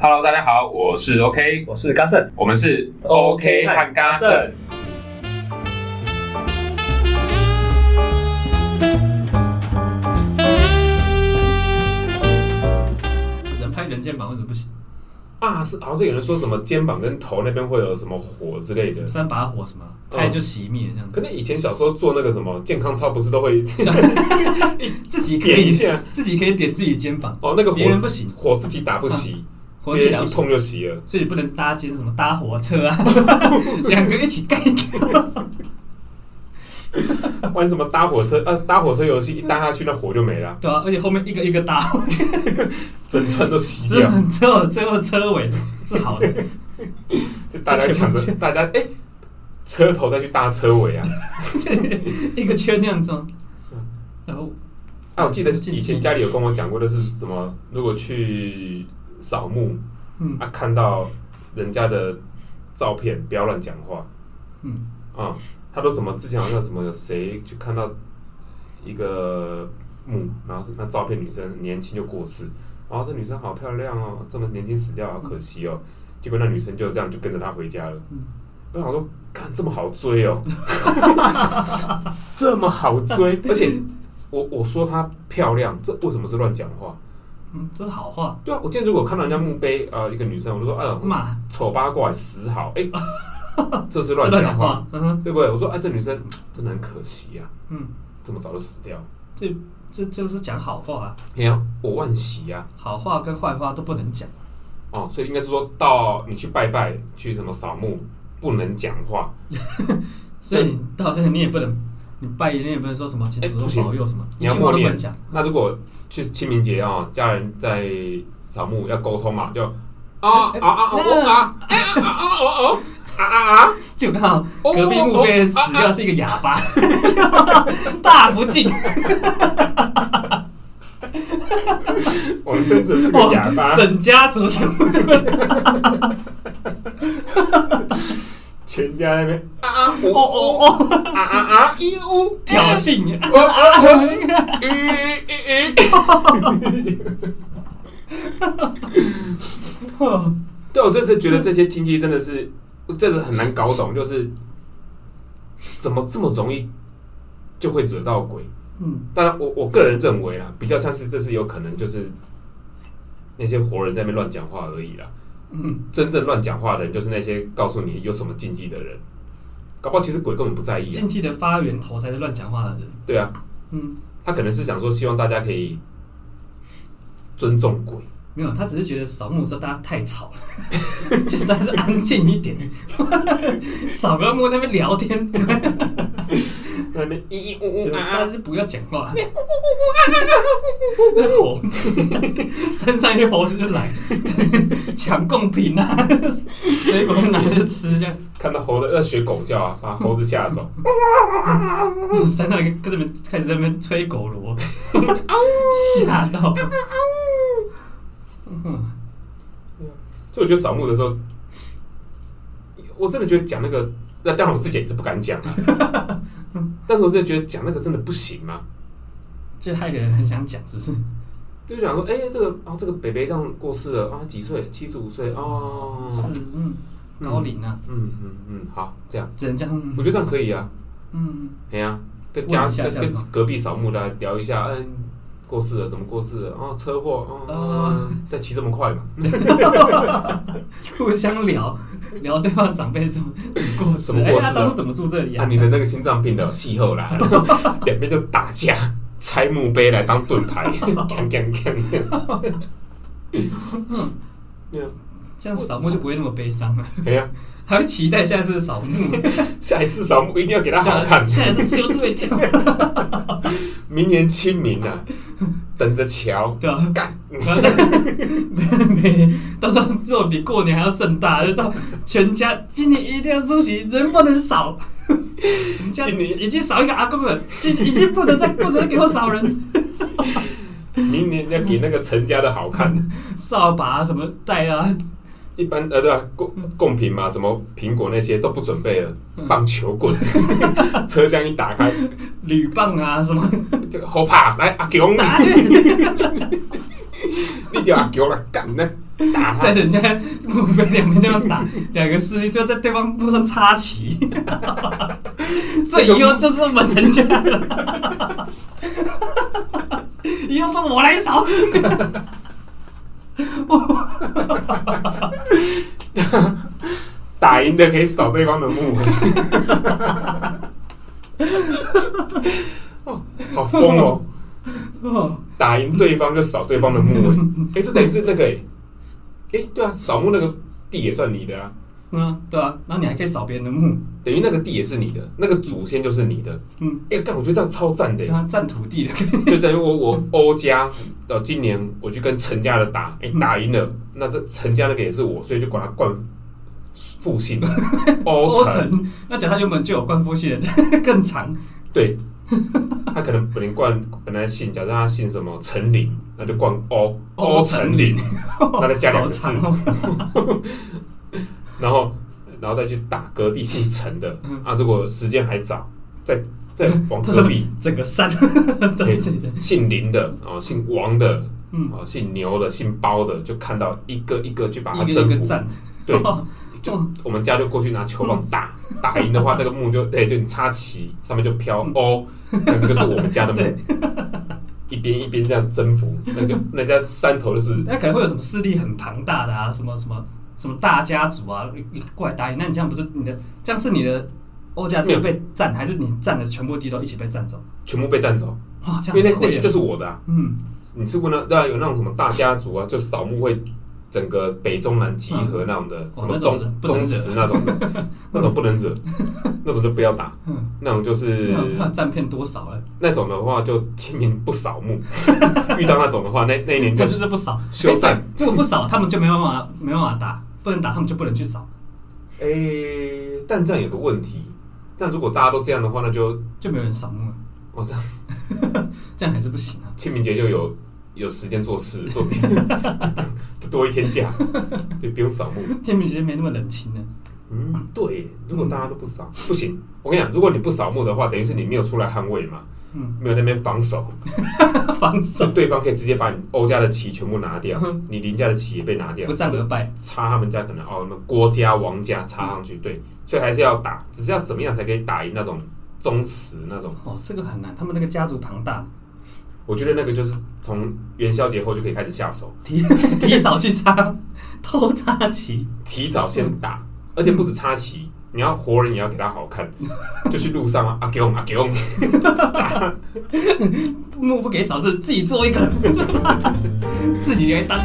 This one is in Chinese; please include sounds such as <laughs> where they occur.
Hello，大家好，我是 OK，我是嘉盛我们是 OK 和嘎盛。人拍人肩膀为什么不行？啊，是好像有人说什么肩膀跟头那边会有什么火之类什的么。三把火什么，哦拍就熄灭这样可子，能以前小时候做那个什么健康操，不是都会 <laughs> 自己可点一以下？自己可以点自己肩膀，哦，那个火别人不行火自己打不熄， <laughs> 火别是人两一碰就熄了。所以不能搭肩什么搭火车啊，两个一起盖玩什么搭火车？啊，搭火车游戏一搭下去，那火就没 <laughs> 了，对啊，而且后面一个一个搭，整串都熄只掉。有只有最后车尾是是好的，就大家抢着，大家哎、车头再去搭车尾啊。一个圈这样子哦嗯。然后啊，我记得以前家里有跟我讲过的是什么？如果去扫墓嗯啊，看到人家的照片，不要乱讲话。嗯，啊、他都什么之前好像什么有谁去看到一个墓，然后是那照片女生年轻就过世，然后这女生好漂亮哦，这么年轻死掉好可惜哦，结果那女生就这样就跟着他回家了。嗯我想说，看这么好追哦，这么好追，而且我我说她漂亮，这为什么是乱讲话？嗯，这是好话对啊，我今天如果看到人家墓碑啊、呃一个女生，我就说，哎呦，嘛，丑八怪死好， <laughs> 哎、这是这乱乱讲讲话。话，嗯哼，对不对？我说，哎、这女生嘖真的很可惜啊，嗯，这么早就死掉。这这就是讲好话啊，哎呀，我万喜呀、好话跟坏话都不能讲，哦，所以应该是说到你去拜拜，去什么扫墓，不能讲话。所以到现在你也不能，你拜年也不能说什么请哎祖不宗行保佑什么，一你要句话都默不念能讲，那如果去清明节啊、哦，家人在扫墓要沟通嘛，就啊哎啊啊啊我啊哎啊啊啊哦哦啊啊啊！就刚好哦啊隔壁墓碑死掉是一个哑巴， <laughs> 大不敬，我们真的是个哑巴，哦整家族全部全家那边啊啊哦我哦哦啊啊啊一呜挑衅，啊啊啊！咦咦咦咦哦 <laughs> 对，我这次觉得这些亲戚真的是，真的很难搞懂，就是怎么这么容易就会惹到鬼。嗯，当然我，我个人认为啦，比较像是这是有可能就是那些活人在那边乱讲话而已啦。嗯，真正乱讲话的人就是那些告诉你有什么禁忌的人，搞不好其实鬼根本不在意、啊禁。忌的发源头才是乱讲话的人，对啊，嗯，他可能是想说希望大家可以尊重鬼。没有，他只是觉得扫墓的时候大家太吵了， <laughs> 就是大家是安静一点， <laughs> 扫个墓在那边聊天，在那边嘤嘤呜对呜啊大家啊，就不要讲话。 <laughs> 那猴子， <laughs> 山上一个猴子就来 <laughs> 抢贡品啊， <laughs> 水果就拿着吃，这样 <laughs> 看到猴子要学狗叫啊，把猴子吓走。山上一个这边开始在那边吹狗 <laughs> 啊螺， <laughs> 吓到。嗯所以我觉得扫墓的时候，我真的觉得讲那个，那当然我自己也是不敢讲啊。 <laughs> 但是我真的觉得讲那个真的不行啊，就害人很想讲，是不是？就讲说，哎、这个啊、这个北北这样过世了啊，几岁？七十五岁哦。是，嗯，高龄啊，嗯嗯嗯，好，这样只能这样。我觉得这样可以啊。嗯，怎样？跟家问一下跟这样跟吗隔壁扫墓的聊一下，嗯，过世了怎么过世了？哦，车祸，哦哦，再骑这么快嘛？互相聊聊对方长辈怎么怎么过世，怎么哎过，世他啊当初怎么住这里啊，啊？你的那个心脏病的气候啦，然后两边就打架，拆墓碑来当盾牌，锵锵锵锵。这样扫墓就不会那么悲伤了，哎呀，还会期待下次扫墓。下一次扫墓一定要给他好看，现在是修对调，明年清明啊，等着瞧。对啊，干，然后没没，到时候做比过年还要盛大，就到全家今年一定要出席，人不能少。我们家今年已经少一个阿公了，今已经不能再不能再给我少人，明年要给那个陈家的好看。扫把、啊、什么带啊，一般呃，对吧、贡贡品嘛，什么苹果那些都不准备了，棒球棍，车厢一打开，铝棒啊 <laughs> 什么这个好怕来阿强，打去。你叫阿强来干呢？打 <laughs> 在他，人家墓碑两边这样打，两个势力就在对方墓上插 <laughs> 旗，这以后就是我们陈家了， <laughs> 以后是我来扫。打赢的可以扫对方的墓。哦，好疯哦！哦，打赢对方就扫对方的墓，哎、这等于是那个、欸，哎、对啊，扫墓那个地也算你的啊，嗯，对啊，然后你还可以扫别人的墓，等于那个地也是你的，那个祖先就是你的。嗯，哎、干，我觉得这样超赞的、对欸，啊，占土地的，就等于我我欧家，呃，今年我去跟陈家的打，哎、打赢了，那这陈家那个也是我，所以就管他冠复姓欧欧陈，城，那讲他原本就有官夫姓的， <laughs> 更长，对。 <laughs> 他可能本来冠本来姓，假设他姓什么陈林，那就冠哦欧欧陈 <laughs> 林，那再加两好个字长，哦，然后然后再去打隔壁姓陈的嗯啊，如果时间还早，再 <laughs> 再往隔壁整个山 <laughs> 都是你的，姓林的哦，姓王的嗯，哦，姓牛的、姓包的，就看到一个一个就把他一个征一个服。占，对， <laughs> 哦就我们家就过去拿球嗯棒打，打赢的 <laughs> 话，那个木就哎对，就你插旗上面就飘哦，那个就是我们 <laughs> 家的嗯对木。一边一边这样征服，那就那家山头就是那可能会有什么势力很庞大的啊，什么什么什么大家族啊，一一过来打你，那你这样不是你的，这样是你的欧家队被占，还是你占的全部地都一起被占走？全部被占走，哇，这因为那样很那贵些耶就是我的啊。嗯，你是不能对啊，有那种什么大家族啊，就扫墓会整个北中南集合那种的，什么哦那种宗的不能宗惹祠那种的， <laughs> 那种不能惹，那种就不要打嗯，那种就是那占片多少了？那种的话就清明不扫墓， <laughs> 遇到那种的话，那那一年就那就是不少，休战。如果不少，他们就没办法没办法打，不能打他们就不能去扫，诶，但这样有个问题，但如果大家都这样的话，那就就没有人扫墓了，哦，这样这样还是不行啊。 <laughs> 清明节就有有时间做事做 <laughs> 别的，就多一天假，对，不用扫墓。清明节没那么冷清啊呢。嗯，对，如果大家都不扫，不行。我跟你讲，如果你不扫墓的话，等于是你没有出来捍卫嘛，嗯，没有在那边防守， <laughs> 防所守以对方可以直接把你欧家的旗全部拿掉嗯，你林家的旗也被拿掉，不战而败，插他们家可能哦，那郭家、王家插上去，对，所以还是要打，只是要怎么样才可以打赢那种宗祠那种。哦，这个很难，他们那个家族庞大，我觉得那个就是从元宵节后就可以开始下手，提 <laughs> 提早去插偷插旗，提早先嗯打，而且不止插旗，你要活人也要给他好 <laughs> 看，就去路上啊，啊给我们啊给我们， <laughs> 目不给扫是自己做一个，自己来当。